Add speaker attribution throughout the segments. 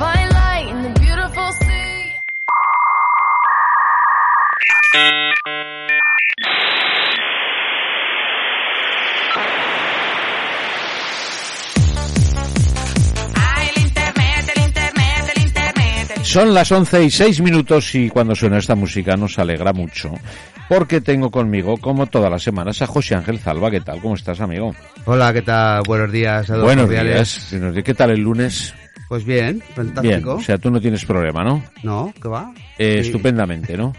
Speaker 1: Find light in the beautiful sea.
Speaker 2: Ay, el internet, el internet, el internet. el-
Speaker 3: Son las 11 y 6 minutos y cuando suena esta música nos alegra mucho porque tengo conmigo, como todas las semanas, a José Ángel Zalba. ¿Qué tal? ¿Cómo estás, amigo?
Speaker 4: Hola, ¿qué tal? Buenos días a todos.
Speaker 3: Buenos
Speaker 4: cordiales.
Speaker 3: días. Buenos días. ¿Qué tal el lunes?
Speaker 4: Pues bien,
Speaker 3: Bien,
Speaker 4: fantástico.
Speaker 3: o sea, tú no tienes problema, ¿no?
Speaker 4: No, ¿qué va?
Speaker 3: Eh,
Speaker 4: Sí.
Speaker 3: Estupendamente, ¿no?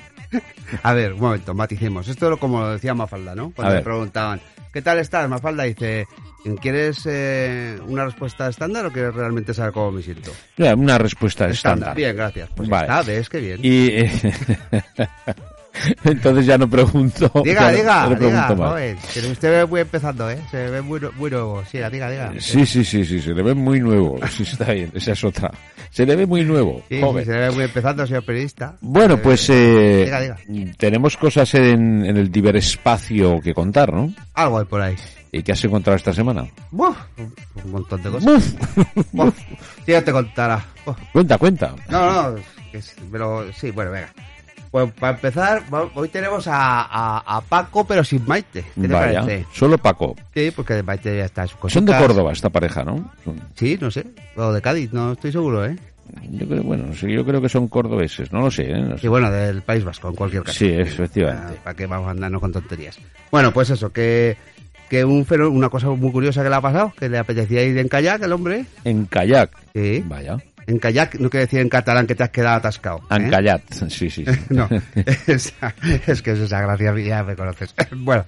Speaker 4: A ver, un momento, maticemos. Esto lo- como lo decía Mafalda, ¿no?
Speaker 3: A
Speaker 4: Cuando le
Speaker 3: ver.
Speaker 4: preguntaban, ¿qué tal estás? Mafalda dice, ¿quieres eh, una respuesta estándar o quieres realmente saber cómo me siento?
Speaker 3: Ya, Una respuesta estándar.
Speaker 4: Bien, gracias. Pues
Speaker 3: Vale.
Speaker 4: está, ves, qué bien.
Speaker 3: Y eh, entonces ya no pregunto.
Speaker 4: Diga,
Speaker 3: ya no-
Speaker 4: diga,
Speaker 3: ya no
Speaker 4: diga,
Speaker 3: pregunto más.
Speaker 4: joven. que usted ve muy empezando, ¿eh? Se ve muy, nu- muy nuevo. Sí, la diga, diga.
Speaker 3: Sí, sí, sí, sí, se le ve muy nuevo. Sí, está bien, esa es otra. Se le ve muy nuevo,
Speaker 4: Sí,
Speaker 3: joven.
Speaker 4: sí, se ve muy empezando, señor periodista.
Speaker 3: Bueno,
Speaker 4: Se
Speaker 3: pues
Speaker 4: ve-
Speaker 3: eh,
Speaker 4: Diga, diga.
Speaker 3: tenemos cosas en, en el ciberespacio que contar, ¿no?
Speaker 4: Algo hay por ahí.
Speaker 3: ¿Y qué has encontrado esta semana?
Speaker 4: Buf, un un montón de cosas.
Speaker 3: ¡Buf!
Speaker 4: Pues, Buf, ya te contará. Buf.
Speaker 3: cuenta, cuenta.
Speaker 4: No, no, que es- pero sí, bueno, venga. Pues para empezar, va- hoy tenemos a, a- a Paco, pero sin Maite. ¿Qué te
Speaker 3: Vaya,
Speaker 4: parece? Pues
Speaker 3: solo Paco.
Speaker 4: Sí, porque Maite ya está en sus
Speaker 3: Son de
Speaker 4: cositas.
Speaker 3: Córdoba esta pareja, ¿no? Son-
Speaker 4: Sí, no sé. O de Cádiz, no estoy seguro, ¿eh?
Speaker 3: Yo creo, bueno, sí, yo creo que son cordobeses, no lo sé. ¿eh? No
Speaker 4: Sí,
Speaker 3: sé.
Speaker 4: bueno, del País Vasco, en cualquier caso. Ah,
Speaker 3: Sí, efectivamente.
Speaker 4: ¿Para qué vamos a andarnos con tonterías? Bueno, pues eso, que, que un fenó- una cosa muy curiosa que le ha pasado, que le apetecía ir en kayak al hombre.
Speaker 3: En kayak.
Speaker 4: Ah. Sí, ¿Eh?
Speaker 3: Vaya.
Speaker 4: en kayak no quiere decir en catalán que te has quedado atascado. ¿eh?
Speaker 3: En kayak, sí, sí. sí.
Speaker 4: No, es, es que es esa gracia, ya me conoces. Bueno,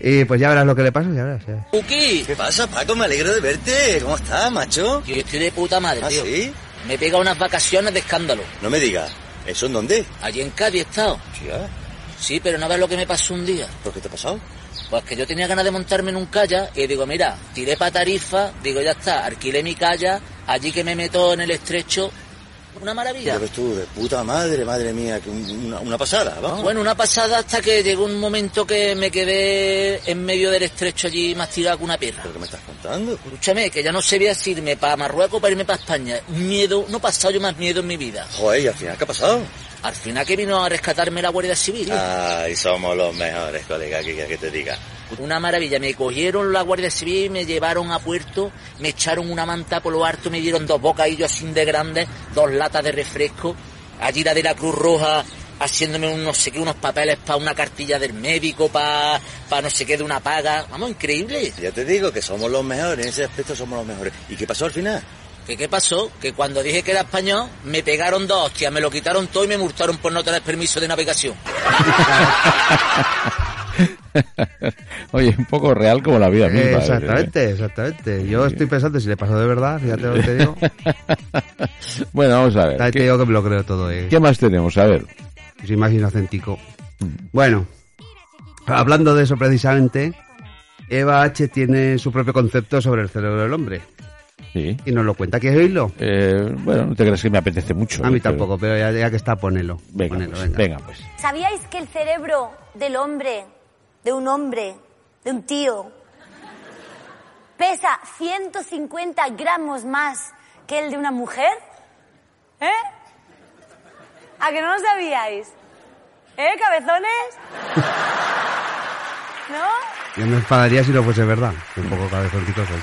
Speaker 4: y pues ya verás lo que le pasa, ya verás. ya verás.
Speaker 5: Uki,
Speaker 6: ¿Qué pasa, Paco? Me alegro de verte. ¿Cómo estás, macho?
Speaker 5: yo estoy de puta madre,
Speaker 6: ¿Ah,
Speaker 5: tío.
Speaker 6: sí?
Speaker 5: Me he pegado unas vacaciones de escándalo.
Speaker 6: No me digas. ¿Eso en dónde?
Speaker 5: Allí en Cádiz he estado.
Speaker 6: Hostia,
Speaker 5: Sí, pero no ves lo que me pasó un día.
Speaker 6: ¿pero qué te ha pasado?
Speaker 5: Pues que yo tenía ganas de montarme en un kayak y digo, mira, tiré para Tarifa, digo, ya está, alquilé mi kayak, allí que me meto en el estrecho. Una
Speaker 6: Ya
Speaker 5: maravilla.
Speaker 6: ves tú, de puta madre, madre mía, que un- una, una pasada,
Speaker 7: Ah.
Speaker 6: vamos.
Speaker 5: Ah. Bueno, una pasada hasta que llegó un momento que me quedé en medio del estrecho allí más tirado que una pierna.
Speaker 6: ¿Pero qué me estás contando?
Speaker 5: Escúchame, que ya no sabía si irme para Marruecos o para irme para España. Miedo, no he pasado yo más miedo en mi vida.
Speaker 6: Joder, ¿y al final qué ha pasado?
Speaker 5: Al final que vino a rescatarme la Guardia Civil.
Speaker 8: Ah.
Speaker 6: Ay, somos los mejores, colega, que que te diga.
Speaker 5: Una maravilla, me cogieron la Guardia Civil, me llevaron a puerto, me echaron una manta por lo harto, me dieron dos bocadillos así de grandes, dos latas de refresco, allí la de la Cruz Roja haciéndome un no sé qué, unos papeles para una cartilla del médico, para pa no sé qué de una paga. Vamos, increíble.
Speaker 6: Ya te digo que somos los mejores, en ese aspecto somos los mejores. ¿Y qué pasó al final?
Speaker 5: ¿Que qué pasó? Que cuando dije que era español, me pegaron dos hostias, me lo quitaron todo y me multaron por no tener permiso de navegación.
Speaker 3: Oye, un poco real como la vida misma. ¿eh?
Speaker 4: exactamente, exactamente. Yo estoy pensando si le pasó de verdad, fíjate lo que te digo.
Speaker 3: Bueno, vamos a ver.
Speaker 4: También te
Speaker 3: ¿Qué,
Speaker 4: digo que me lo creo todo, eh.
Speaker 3: qué más tenemos? A ver.
Speaker 4: Soy más inocentico.
Speaker 3: Mm.
Speaker 4: Bueno, hablando de eso precisamente, Eva H. tiene su propio concepto sobre el cerebro del hombre.
Speaker 3: Sí.
Speaker 4: Y nos lo cuenta, ¿quieres oírlo?
Speaker 3: Eh, bueno, no te creas que me apetece mucho.
Speaker 4: A mí
Speaker 3: eh, pero-
Speaker 4: tampoco, pero ya, ya que está, ponelo.
Speaker 3: Venga,
Speaker 4: ponelo,
Speaker 3: pues,
Speaker 4: venga.
Speaker 3: venga, pues.
Speaker 9: ¿Sabíais que el cerebro del hombre, de un hombre, de un tío, pesa 150 gramos más que el de una mujer? ¿Eh? ¿A que no lo sabíais? ¿Eh, cabezones? ¿No?
Speaker 4: Yo me enfadaría si no fuese verdad. Un poco cabezoncito soy.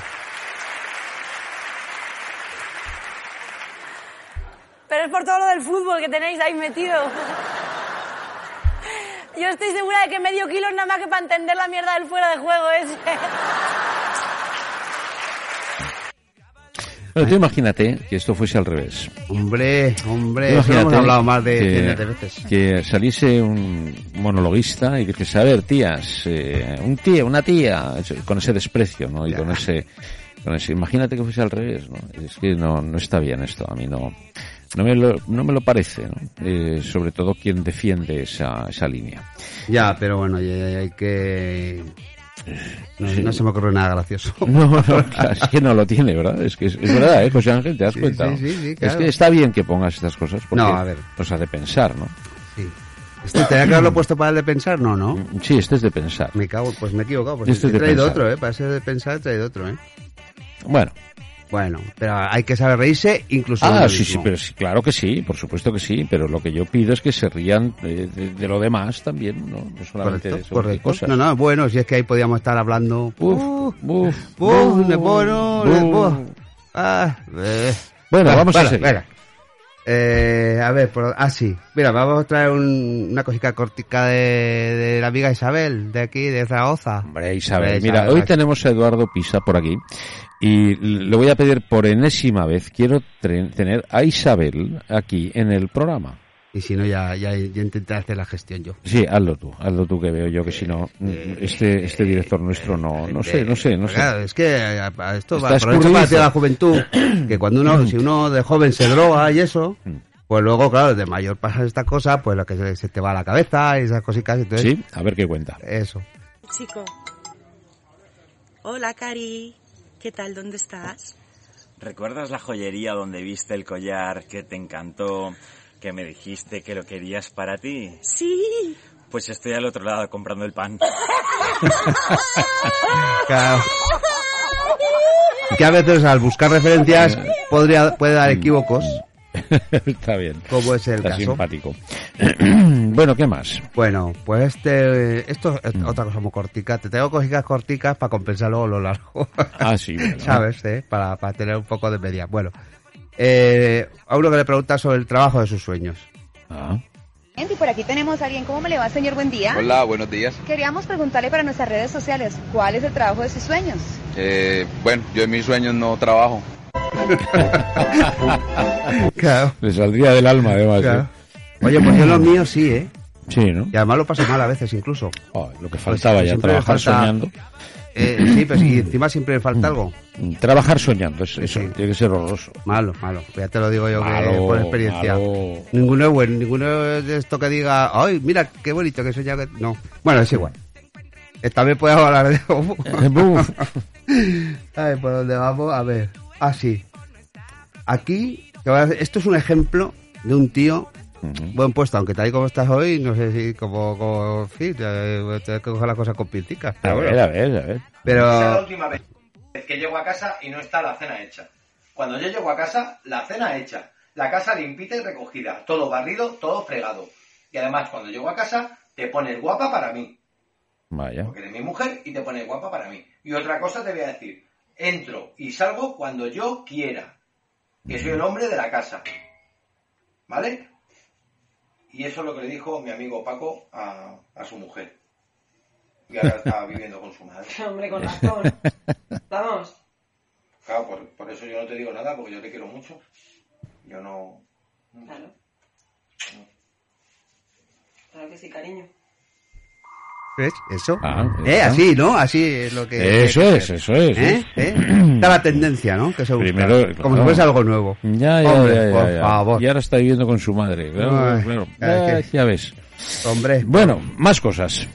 Speaker 9: Pero es por todo lo del fútbol que tenéis ahí metido. Yo estoy segura de que medio kilo es nada más que para entender la mierda del fuera de juego ese.
Speaker 3: Bueno, tú imagínate que esto fuese al revés.
Speaker 4: Hombre, hombre, Eh, eso lo
Speaker 3: Imagínate
Speaker 4: hemos hablado más de
Speaker 3: que-
Speaker 4: cientos de veces.
Speaker 3: Que saliese un monologuista y dijese, a ver, tías, eh, un tío, una tía, eso, con ese desprecio, ¿no? Y con ese, con ese, imagínate que fuese al revés, ¿no? Es que no, no está bien esto, a mí no, no me lo, no me lo parece, ¿no? Eh, sobre todo quien defiende esa, esa línea.
Speaker 4: Ya, pero bueno, ya- ya hay que... No, no se me ocurre nada gracioso.
Speaker 3: No, no, claro, es que no lo tiene, ¿verdad? Es que es, es verdad, ¿eh, José Ángel? ¿Te das
Speaker 4: Sí,
Speaker 3: cuenta?
Speaker 4: sí,
Speaker 3: no?
Speaker 4: sí, sí,
Speaker 3: Es
Speaker 4: claro.
Speaker 3: que está bien que pongas estas cosas porque
Speaker 4: No, a ver.
Speaker 3: nos hace pensar, ¿no?
Speaker 4: Sí. Este, ¿Tenía que haberlo puesto para el de pensar? No, no.
Speaker 3: Sí, este es de pensar.
Speaker 4: Me cago, pues me he equivocado. Pues
Speaker 3: Este
Speaker 4: he
Speaker 3: es de
Speaker 4: traído
Speaker 3: pensar.
Speaker 4: otro, ¿eh? Para ser de pensar he traído otro, ¿eh?
Speaker 3: Bueno,
Speaker 4: Bueno, pero hay que saber reírse incluso de
Speaker 3: Ah,
Speaker 4: uno
Speaker 3: sí, sí,
Speaker 4: pues mismo.
Speaker 3: pero sí, claro que sí, por supuesto que sí, pero lo que yo pido es que se rían eh, de, de lo demás también, ¿no? No solamente
Speaker 4: Correcto,
Speaker 3: de esas
Speaker 4: correcto.
Speaker 3: cosas.
Speaker 4: No, no, bueno, si es que ahí podíamos estar hablando...
Speaker 3: Uf,
Speaker 4: Uh,
Speaker 3: uf,
Speaker 4: ¡Buf!
Speaker 3: buf,
Speaker 4: ¡Le bueno!
Speaker 3: buf.
Speaker 4: ¡Le buf! ¡Ah! eh.
Speaker 3: Bueno, vamos a seguir.
Speaker 4: venga. Eh, a ver, por, ah, sí. Mira, vamos a traer un- una cosita cortica de, de la amiga Isabel, de aquí, de Zaragoza.
Speaker 3: Hombre, Isabel,
Speaker 4: Hombre,
Speaker 3: mira,
Speaker 4: Isabel,
Speaker 3: hoy
Speaker 4: aquí.
Speaker 3: tenemos a Eduardo Pisa por aquí y le voy a pedir por enésima vez, quiero tre- tener a Isabel aquí en el programa.
Speaker 4: Y si no, ya, ya, ya intenté hacer la gestión yo.
Speaker 3: Sí, hazlo tú, hazlo tú que veo yo que si no, este, este director nuestro no, no sé, no sé, no sé.
Speaker 4: Claro, es que a- a esto va
Speaker 3: Está
Speaker 4: por esto va
Speaker 3: escurridizo.
Speaker 4: hacia la juventud, que cuando uno, si uno de joven se droga y eso,
Speaker 3: Mm.
Speaker 4: pues luego, claro, de mayor pasa esta cosa, pues lo que se, se te va a la cabeza y esas cositas, entonces,
Speaker 3: Sí, a ver qué cuenta.
Speaker 4: eso.
Speaker 10: Chico. Hola, Cari. ¿Qué tal? ¿Dónde estás?
Speaker 7: ¿Recuerdas la joyería donde viste el collar que te encantó, que me dijiste que lo querías para ti?
Speaker 10: Sí.
Speaker 7: Pues estoy al otro lado comprando el pan.
Speaker 4: Claro. Que a veces al buscar referencias podría, puede dar equívocos,
Speaker 3: Está bien.
Speaker 4: como es el
Speaker 3: Está
Speaker 4: caso.
Speaker 3: simpático. bueno, ¿qué más?
Speaker 4: Bueno, pues este, esto es otra cosa muy cortica. Te tengo cositas corticas para compensar luego lo largo.
Speaker 3: Ah, sí, bueno.
Speaker 4: ¿Sabes? eh? Para, para tener un poco de media. Bueno, eh, a uno que le pregunta sobre el trabajo de sus sueños.
Speaker 3: Ah.
Speaker 11: Gente, y por aquí tenemos a alguien. ¿Cómo me le va, señor? Buen día.
Speaker 12: Hola, buenos días.
Speaker 11: Queríamos preguntarle para nuestras redes sociales, ¿cuál es el trabajo de sus sueños?
Speaker 12: Eh, bueno, yo en mis sueños no trabajo.
Speaker 4: Claro.
Speaker 3: Le saldría del alma, además.
Speaker 4: Claro.
Speaker 3: ¿eh?
Speaker 4: Oye, pues yo lo mío sí, ¿eh?
Speaker 3: Sí, ¿no?
Speaker 4: Y además lo paso mal a veces incluso.
Speaker 3: Oh, lo que faltaba
Speaker 4: Pues
Speaker 3: ya,
Speaker 4: siempre
Speaker 3: trabajar
Speaker 4: me falta-
Speaker 3: soñando.
Speaker 4: Eh, sí, pero sí, encima siempre me falta algo.
Speaker 3: Mm, Trabajar soñando, es- eso
Speaker 4: Sí.
Speaker 3: tiene que ser horroroso.
Speaker 4: Malo, malo. Pues Ya te lo digo yo que
Speaker 3: Malo,
Speaker 4: por experiencia.
Speaker 3: malo.
Speaker 4: Ninguno es bueno, ninguno de esto que diga, ay, mira, qué bonito que he soñado que-". No. Bueno, es igual. Eh, También puedo hablar de...
Speaker 3: Buf.
Speaker 4: Ay, por dónde vamos, a ver. Ah, sí. Aquí, te voy a hacer- esto es un ejemplo de un tío buen puesto, aunque tal y como estás hoy, no sé si como, como en fin, eh, tengo que coger las cosas con pinticas.
Speaker 3: a
Speaker 4: Pero,
Speaker 3: ver,
Speaker 4: bueno.
Speaker 3: a ver, a ver.
Speaker 8: Esa es la
Speaker 4: pero
Speaker 8: última vez que llego a casa y no está la cena hecha. Cuando yo llego a casa, la cena hecha. La casa limpita y recogida. Todo barrido, todo fregado. Y además, cuando llego a casa, te pones guapa para mí.
Speaker 3: Vaya.
Speaker 8: Porque eres mi mujer y te pones guapa para mí. Y otra cosa te voy a decir. Entro y salgo cuando yo quiera. Que soy el hombre de la casa. ¿Vale? Y eso es lo que le dijo mi amigo Paco a, a su mujer. Y ahora está viviendo con su madre.
Speaker 13: Hombre, con razón. Vamos.
Speaker 8: Claro, por, por eso yo no te digo nada, porque yo te quiero mucho. Yo no.
Speaker 13: Claro. Claro que sí, cariño.
Speaker 4: ¿Ves? Eso.
Speaker 3: Ah, ya
Speaker 4: eh,
Speaker 3: está.
Speaker 4: así, ¿no? Así es lo que...
Speaker 3: Eso
Speaker 4: que-
Speaker 3: es, eso es.
Speaker 4: ¿Eh? ¿Eh? Está la tendencia, ¿no? Que se busca.
Speaker 3: Primero,
Speaker 4: Como si
Speaker 3: claro.
Speaker 4: fuese algo nuevo.
Speaker 3: Ya, ya,
Speaker 4: Hombre,
Speaker 3: ya, ya,
Speaker 4: por
Speaker 3: ya.
Speaker 4: favor.
Speaker 3: Y ahora está viviendo con su madre. Claro,
Speaker 4: Ay,
Speaker 3: claro.
Speaker 4: claro que-
Speaker 3: Ah, ya ves.
Speaker 4: Hombre.
Speaker 3: Bueno, más cosas.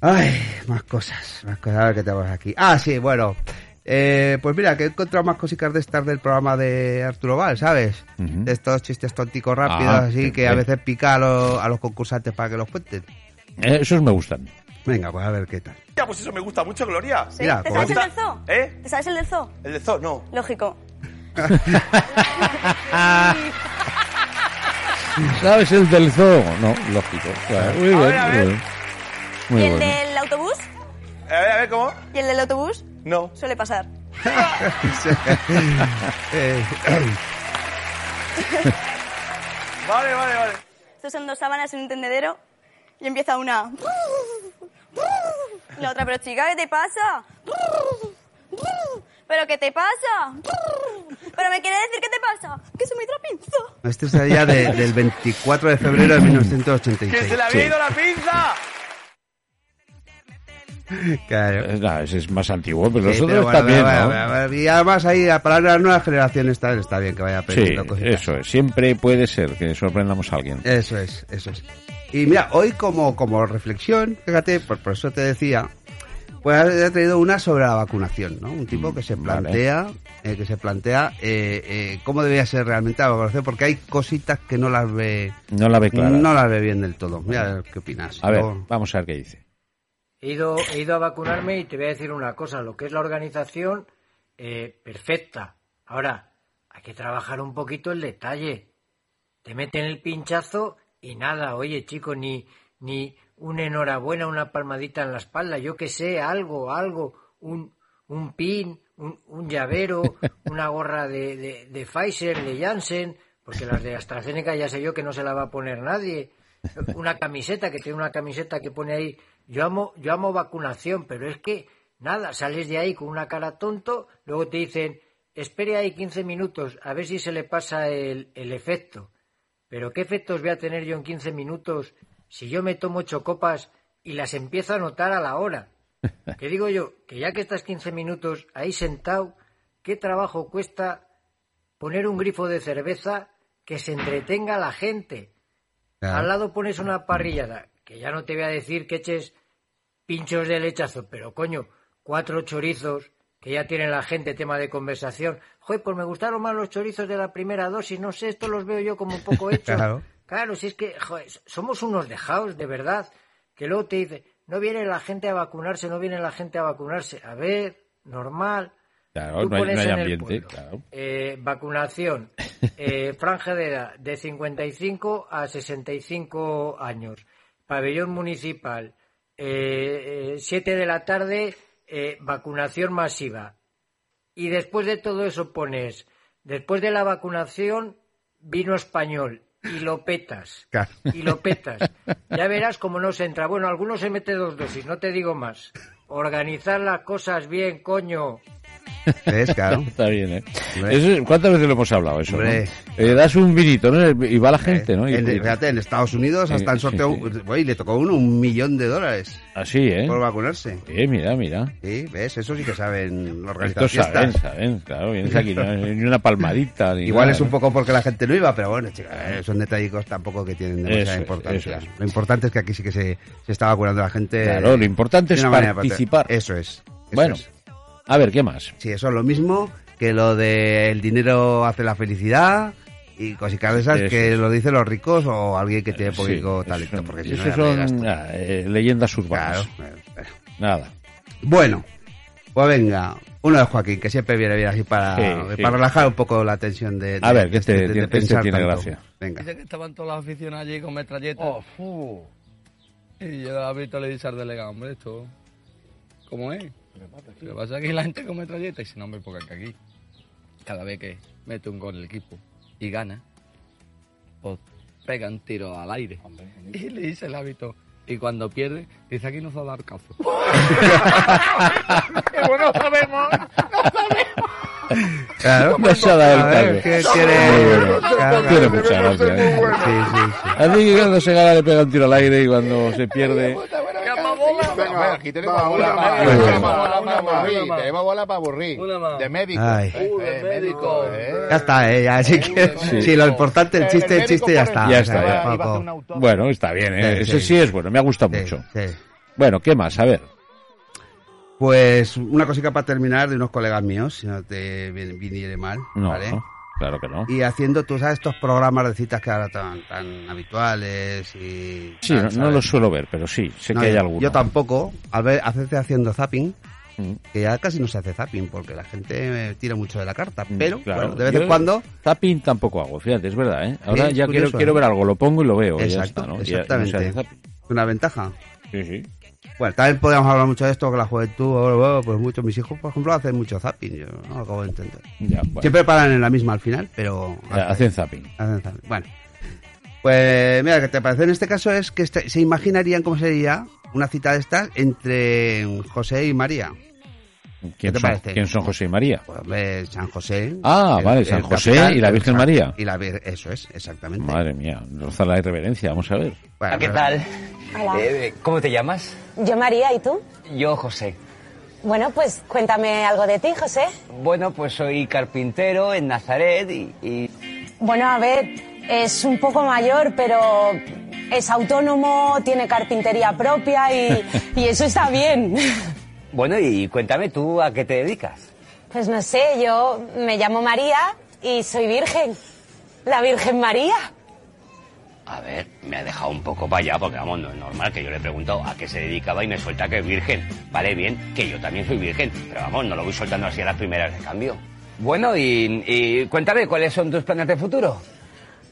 Speaker 4: Ay, más cosas, más cosas. A ver qué tenemos aquí. Ah, sí, bueno. Eh, pues mira, que he encontrado más cositas de estar del programa de Arturo Val, ¿sabes? De estos chistes tonticos rápidos,
Speaker 3: Ah,
Speaker 4: así
Speaker 3: qué
Speaker 4: que a
Speaker 3: bien.
Speaker 4: veces pica a, los- a los concursantes para que los cuenten.
Speaker 3: Eh, esos me gustan.
Speaker 4: Venga, pues a ver qué tal.
Speaker 14: Ya, pues eso me gusta mucho, Gloria.
Speaker 9: Sí, Mira, ¿te sabes el del zoo?
Speaker 14: ¿Eh?
Speaker 9: ¿Te sabes el del zoo?
Speaker 14: El de zoo, no.
Speaker 9: Lógico.
Speaker 3: ¿Sabes el del zoo? No, lógico. Claro, Muy
Speaker 14: A
Speaker 3: bien,
Speaker 14: ver, a ver.
Speaker 3: muy bien. Muy
Speaker 9: ¿Y el
Speaker 3: bueno.
Speaker 9: del autobús?
Speaker 14: A ver, a ver, ¿cómo?
Speaker 9: ¿Y el del autobús?
Speaker 14: No.
Speaker 9: Suele pasar.
Speaker 4: Eh,
Speaker 14: Vale, vale, vale.
Speaker 9: Estos son dos sábanas en un tendedero
Speaker 15: Y empieza una. Y la otra, pero chica, ¿qué te pasa? ¿Pero qué te pasa? ¿Pero me quiere decir qué te pasa? Que se me ha ido la pinza.
Speaker 4: Este es allá de- del 24 de febrero de 1986.
Speaker 16: ¡Que se le había ido la pinza!
Speaker 3: Claro. ese es más antiguo, pero
Speaker 4: Sí,
Speaker 3: Eh, pues nosotros
Speaker 4: pero bueno,
Speaker 3: también,
Speaker 4: bueno,
Speaker 3: ¿no?
Speaker 4: bueno, bueno, Y además ahí para las nuevas generaciones también está bien que vaya
Speaker 3: Sí,
Speaker 4: aprendiendo cositas.
Speaker 3: eso es. Siempre puede ser que sorprendamos a alguien.
Speaker 4: Eso es, eso es. Y mira, hoy como, como reflexión, fíjate, por, por eso te decía, pues he traído una sobre la vacunación, ¿no? Un
Speaker 3: Mm,
Speaker 4: tipo que se plantea, eh, que se plantea eh, eh, cómo debería ser realmente la vacunación, porque hay cositas que no las ve,
Speaker 3: No la ve clara.
Speaker 4: no las ve bien del todo. Mira, ¿qué opinas?
Speaker 3: A ver,
Speaker 4: Yo-
Speaker 3: vamos a ver qué dice.
Speaker 17: He ido, he ido a vacunarme y te voy a decir una cosa, lo que es la organización, eh, perfecta. Ahora, hay que trabajar un poquito el detalle. Te meten el pinchazo y nada, oye chico, ni, ni un enhorabuena, una palmadita en la espalda, yo que sé, algo, algo, un, un pin, un, un llavero, una gorra de, de, de Pfizer, de Janssen, porque las de AstraZeneca ya sé yo que no se la va a poner nadie una camiseta, que tiene una camiseta que pone ahí, yo amo, yo amo vacunación, pero es que nada, sales de ahí con una cara tonto, luego te dicen, espere ahí 15 minutos, a ver si se le pasa el, el efecto. Pero ¿qué efectos voy a tener yo en 15 minutos si yo me tomo ocho copas y las empiezo a notar a la hora? Que digo yo, que ya que estás 15 minutos ahí sentado, ¿qué trabajo cuesta poner un grifo de cerveza que se entretenga a la gente? Al lado pones una parrillada, que ya no te voy a decir que eches pinchos de lechazo, pero coño, cuatro chorizos que ya tienen la gente tema de conversación. Joder, pues me gustaron más los chorizos de la primera dosis, no sé, esto los veo yo como un poco hechos.
Speaker 4: Claro.
Speaker 17: Claro, si es que joder, somos unos dejados, de verdad, que luego te dicen, no viene la gente a vacunarse, no viene la gente a vacunarse. A ver, normal.
Speaker 3: Claro,
Speaker 17: Tú
Speaker 3: no hay,
Speaker 17: pones
Speaker 3: no hay
Speaker 17: en el
Speaker 3: ambiente, claro.
Speaker 17: Eh, vacunación, eh, franja de edad de 55 a 65 años, pabellón municipal, 7 de la tarde, eh, vacunación masiva. Y después de todo eso pones, después de la vacunación, vino español y lo petas.
Speaker 4: Claro.
Speaker 17: Y lo petas. Ya verás cómo no se entra. Bueno, algunos se mete dos dosis, no te digo más. Organizar las cosas bien, coño.
Speaker 4: ¿Ves, claro?
Speaker 3: Está bien, ¿eh? Eso es- ¿Cuántas veces lo hemos hablado eso?
Speaker 4: Hombre.
Speaker 3: ¿no? Eh, das un vinito ¿no? y va la gente, ¿no? Y-
Speaker 4: En,
Speaker 3: y-
Speaker 4: fíjate, en Estados Unidos hasta
Speaker 3: Eh,
Speaker 4: el sorteo,
Speaker 3: sí,
Speaker 4: oye, le tocó uno un millón de dólares
Speaker 3: Así, ¿eh?
Speaker 4: por vacunarse.
Speaker 3: Eh, mira, mira.
Speaker 4: Sí, ves, eso sí que saben organizar
Speaker 3: Estos saben,
Speaker 4: fiestas.
Speaker 3: saben, claro. Vienes aquí, no, ni una palmadita. Ni
Speaker 4: Igual
Speaker 3: nada,
Speaker 4: es un
Speaker 3: ¿no?
Speaker 4: poco porque la gente no iba, pero bueno, chicas, eh, son detallicos tampoco que tienen demasiada
Speaker 3: Eso es,
Speaker 4: importancia.
Speaker 3: eso
Speaker 4: Lo importante es que aquí sí que se, se está vacunando la gente.
Speaker 3: Claro, lo importante
Speaker 4: de
Speaker 3: es
Speaker 4: una manera
Speaker 3: participar.
Speaker 4: parte- Eso es. eso
Speaker 3: Bueno,
Speaker 4: es.
Speaker 3: a ver, ¿qué más?
Speaker 4: Sí, eso es lo mismo que lo de el dinero hace la felicidad y cositas de esas
Speaker 3: Eso
Speaker 4: que
Speaker 3: es.
Speaker 4: lo dicen los ricos o alguien que tiene
Speaker 3: Sí,
Speaker 4: poquito talento.
Speaker 3: eso-
Speaker 4: porque si
Speaker 3: eso
Speaker 4: no, ya me dirás
Speaker 3: son ah, eh, leyendas urbanas. Nada.
Speaker 4: eh, Bueno, pues venga, uno de Joaquín, que siempre viene bien así para, eh,
Speaker 3: Sí, sí.
Speaker 4: para relajar un poco la tensión de,
Speaker 3: A
Speaker 4: de-
Speaker 3: ver, que este
Speaker 4: de- de-
Speaker 3: tiene-
Speaker 4: de
Speaker 3: este
Speaker 4: pensar
Speaker 3: tiene
Speaker 4: tanto.
Speaker 3: gracia.
Speaker 4: Venga.
Speaker 18: Dice que estaban todas las aficiones allí con metralletas.
Speaker 17: Oh,
Speaker 18: Y yo a Víctor le dice al delegado, hombre, esto, ¿cómo es? Lo que pasa es que la gente con metralleta y dice, no, hombre, porque es que aquí, cada vez que mete un gol el equipo y gana, pues pegan tiro al aire. Y le dice el hábito. Y cuando pierde, dice, aquí nos va a dar cazo.
Speaker 19: Pero no sabemos, no sabemos.
Speaker 4: Claro.
Speaker 3: No se ha dado el
Speaker 4: A
Speaker 3: cambio.
Speaker 4: ver, ¿qué
Speaker 3: Muy
Speaker 4: quiere?
Speaker 3: bueno.
Speaker 4: Claro.
Speaker 3: Tiene mucha gracia. ¿eh? Así que cuando se gana le pega un tiro al aire y cuando se pierde...
Speaker 5: Venga, aquí tenemos
Speaker 8: Va,
Speaker 5: una
Speaker 8: una
Speaker 5: más.
Speaker 8: más,
Speaker 5: Tenemos
Speaker 8: una
Speaker 5: una
Speaker 8: más,
Speaker 5: bola
Speaker 8: una
Speaker 5: para
Speaker 8: más,
Speaker 5: aburrir,
Speaker 8: una más.
Speaker 5: Tenemos bola para aburrir. De médico.
Speaker 4: Ay.
Speaker 5: Eh, de médico. eh.
Speaker 4: Ya está, eh, ya, así que
Speaker 3: Sí.
Speaker 4: sí, lo importante, el chiste, el chiste ya está.
Speaker 3: Ya
Speaker 4: O sea,
Speaker 3: está, ya.
Speaker 4: tampoco-
Speaker 3: Bueno, está bien, ¿eh?
Speaker 4: Sí,
Speaker 3: Ese
Speaker 4: sí.
Speaker 3: sí es bueno, me ha gustado mucho.
Speaker 4: sí.
Speaker 3: Bueno, ¿qué más? A ver.
Speaker 4: Pues una cosita para terminar de unos colegas míos, si no te vin- viniere mal,
Speaker 3: No,
Speaker 4: ¿vale?
Speaker 3: claro que no.
Speaker 4: Y haciendo, tú sabes, estos programas de citas que ahora tan, tan habituales y...
Speaker 3: Sí, no,
Speaker 4: tal,
Speaker 3: no
Speaker 4: ¿sabes?
Speaker 3: los suelo ver, pero sí, sé
Speaker 4: No,
Speaker 3: que hay
Speaker 4: yo-
Speaker 3: alguno. Mm,
Speaker 4: Yo tampoco. A ver, hacerte haciendo zapping, que ya casi no se hace zapping porque la gente eh, tira mucho de la carta. Pero,
Speaker 3: Mm, Claro.
Speaker 4: bueno, de vez en
Speaker 3: Yo
Speaker 4: cuando.
Speaker 3: Zapping tampoco hago, fíjate, es verdad, ¿eh? Ahora
Speaker 4: Sí,
Speaker 3: ya quiero,
Speaker 4: curioso,
Speaker 3: quiero
Speaker 4: ¿eh?
Speaker 3: ver algo, lo pongo y lo veo. ya
Speaker 4: Exacto,
Speaker 3: está, ¿no? Ya-
Speaker 4: exactamente.
Speaker 3: no se hace zapping.
Speaker 4: Una ventaja.
Speaker 3: Sí, sí.
Speaker 4: Bueno, también podríamos hablar mucho de esto, que la juventud, bueno, bueno, pues muchos, mis hijos, por ejemplo, hacen mucho zapping, yo no lo acabo de entender.
Speaker 3: Ya, bueno.
Speaker 4: Siempre paran en la misma al final, pero...
Speaker 3: Ya, hacen zapping.
Speaker 4: Hacen zapping. Bueno. Pues mira, lo que te parece en este caso es que este- se imaginarían cómo sería una cita de estas entre José y María.
Speaker 3: ¿Quién,
Speaker 4: te
Speaker 3: son,
Speaker 4: parece?
Speaker 3: quién son José y María?
Speaker 4: Hombre, San José.
Speaker 3: Ah,
Speaker 4: el-
Speaker 3: vale,
Speaker 4: el
Speaker 3: San José
Speaker 4: capitán,
Speaker 3: y la
Speaker 4: el
Speaker 3: Virgen
Speaker 4: san-
Speaker 3: María.
Speaker 4: Y la Vir- eso es, exactamente.
Speaker 3: Madre mía, rozar la irreverencia, vamos a ver.
Speaker 4: Bueno,
Speaker 20: Ah, ¿Qué tal?
Speaker 17: Hola.
Speaker 20: Eh, ¿Cómo te llamas?
Speaker 17: Yo María, ¿y tú?
Speaker 20: Yo, José.
Speaker 17: Bueno, pues cuéntame algo de ti, José.
Speaker 20: Bueno, pues soy carpintero en Nazaret y... y-
Speaker 17: Bueno, a ver, es un poco mayor, pero es autónomo, tiene carpintería propia y, y eso está bien.
Speaker 20: Bueno, y cuéntame tú a qué te dedicas.
Speaker 17: Pues no sé, yo me llamo María y soy virgen. La Virgen María.
Speaker 18: A ver, me ha dejado un poco para allá porque, vamos, no es normal que yo le he preguntado a qué se dedicaba y me suelta que es virgen. Vale, bien, que yo también soy virgen, pero vamos, no lo voy soltando así a las primeras de cambio.
Speaker 20: Bueno, y, y cuéntame cuáles son tus planes de futuro.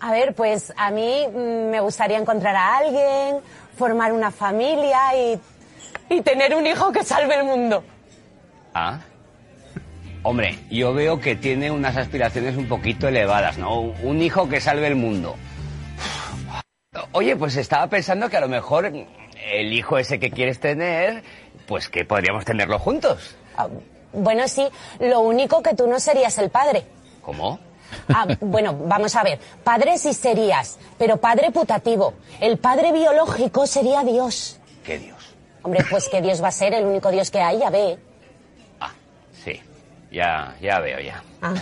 Speaker 17: A ver, pues a mí mm, me gustaría encontrar a alguien, formar una familia y, y tener un hijo que salve el mundo.
Speaker 18: Ah. Hombre, yo veo que tiene unas aspiraciones un poquito elevadas, ¿no? Un hijo que salve el mundo.
Speaker 20: Oye, pues estaba pensando que a lo mejor el hijo ese que quieres tener, pues que podríamos tenerlo juntos.
Speaker 17: Ah, bueno, sí, lo único que tú no serías el padre.
Speaker 18: ¿Cómo?
Speaker 17: Ah, bueno, vamos a ver, padre sí serías, pero padre putativo. El padre biológico sería Dios.
Speaker 18: ¿Qué Dios?
Speaker 17: Hombre, pues que Dios va a ser el único Dios que hay, ya ve.
Speaker 18: Ah, Sí, ya, ya veo, ya.
Speaker 17: Ah.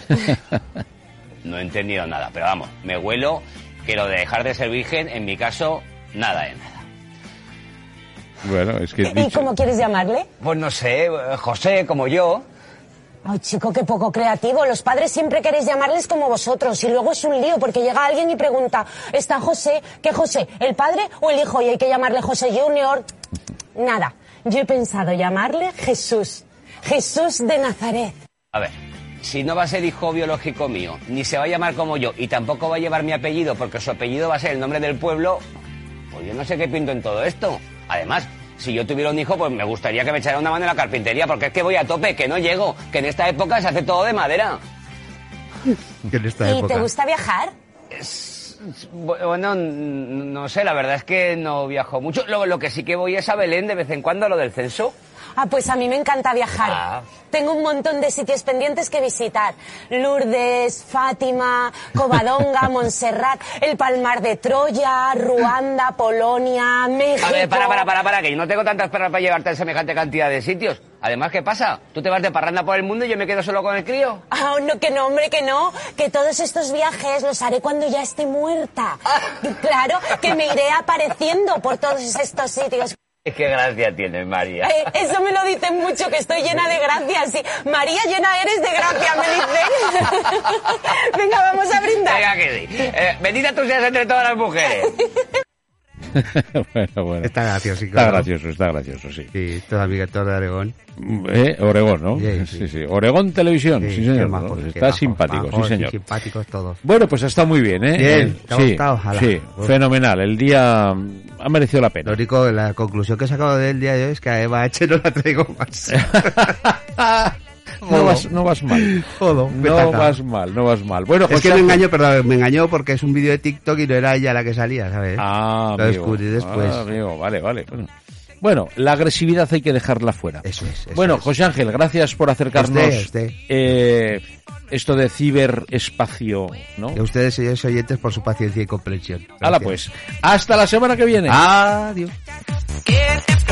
Speaker 18: No he entendido nada, pero vamos, me huelo que lo de dejar de ser virgen, en mi caso, nada de nada.
Speaker 3: Bueno, es que...
Speaker 17: ¿Y cómo quieres llamarle?
Speaker 20: Pues no sé, eh, José, como yo.
Speaker 17: Ay, Ah, chico, qué poco creativo. Los padres siempre queréis llamarles como vosotros y luego es un lío porque llega alguien y pregunta, ¿está José? ¿Qué José? ¿El padre o el hijo? Y hay que llamarle José Junior. Nada, yo he pensado llamarle Jesús. Jesús de Nazaret.
Speaker 18: A ver, si no va a ser hijo biológico mío, ni se va a llamar como yo, y tampoco va a llevar mi apellido, porque su apellido va a ser el nombre del pueblo, pues yo no sé qué pinto en todo esto. Además, si yo tuviera un hijo, pues me gustaría que me echara una mano en la carpintería, porque es que voy a tope, que no llego, que en esta época se hace todo de madera.
Speaker 4: Que en esta
Speaker 17: ¿Y te
Speaker 4: época.
Speaker 17: gusta viajar?
Speaker 18: Bueno, n- no sé, la verdad es que no viajo mucho. Lo, lo que sí que voy es a Belén de vez en cuando, a lo del censo.
Speaker 17: Ah, pues a mí me encanta viajar.
Speaker 18: Ah.
Speaker 17: Tengo un montón de sitios pendientes que visitar. Lourdes, Fátima, Covadonga, Montserrat, el Palmar de Troya, Ruanda, Polonia, México.
Speaker 18: A ver, para, para, para, para, que yo no tengo tantas perras para llevarte a semejante cantidad de sitios. Además, ¿qué pasa? Tú te vas de parranda por el mundo y yo me quedo solo con el crío.
Speaker 17: Ah, no, que no, hombre, que no. Que todos estos viajes los haré cuando ya esté muerta.
Speaker 18: Ah.
Speaker 17: Claro, que me iré apareciendo por todos estos sitios.
Speaker 18: Es que gracia tienes, María.
Speaker 17: Eh, eso me lo dicen mucho, que estoy llena de gracia. Sí, María, llena eres de gracia, me dicen. Venga, vamos a brindar.
Speaker 18: Venga, que sí. Eh, bendita tú seas entre todas las mujeres.
Speaker 3: bueno, bueno.
Speaker 4: Está gracioso,
Speaker 3: Está gracioso, está gracioso, sí.
Speaker 4: Sí, toda amiga, toda de Oregón.
Speaker 3: Eh, Oregón, ¿no?
Speaker 4: Sí,
Speaker 3: sí, sí. Oregón Televisión, sí, señor.
Speaker 4: Qué majos,
Speaker 3: ¿no?
Speaker 4: qué
Speaker 3: Está
Speaker 4: majos,
Speaker 3: simpático,
Speaker 4: majos y
Speaker 3: sí, señor.
Speaker 4: Simpáticos todos.
Speaker 3: Bueno, pues está muy bien, ¿eh?
Speaker 4: Bien,
Speaker 3: Eh,
Speaker 4: te ha
Speaker 3: sí,
Speaker 4: gustado, ojalá.
Speaker 3: sí, fenomenal. El día mm, ha merecido la pena.
Speaker 4: Lo único, la conclusión que he sacado del día de hoy es que a Eva H no la traigo más.
Speaker 3: Ah, No vas, no vas mal. no
Speaker 4: petaca.
Speaker 3: vas mal, no vas mal. Bueno, pues José,
Speaker 4: es que me engañó, perdón, me engañó porque es un vídeo de TikTok y no era ella la que salía, ¿sabes?
Speaker 3: Ah, amigo.
Speaker 4: Lo descubrí después.
Speaker 3: Ah, amigo, vale, vale. Bueno. Bueno, la agresividad hay que dejarla fuera.
Speaker 4: Eso es. eso
Speaker 3: bueno, José Ángel, gracias por acercarnos
Speaker 4: Usted, usted.
Speaker 3: eh, esto de ciberespacio, ¿no?
Speaker 4: es. Y a ustedes, señores oyentes, por su paciencia y comprensión.
Speaker 3: pues, Hala pues, hasta la semana que viene.
Speaker 4: Adiós.
Speaker 18: ¿Qué te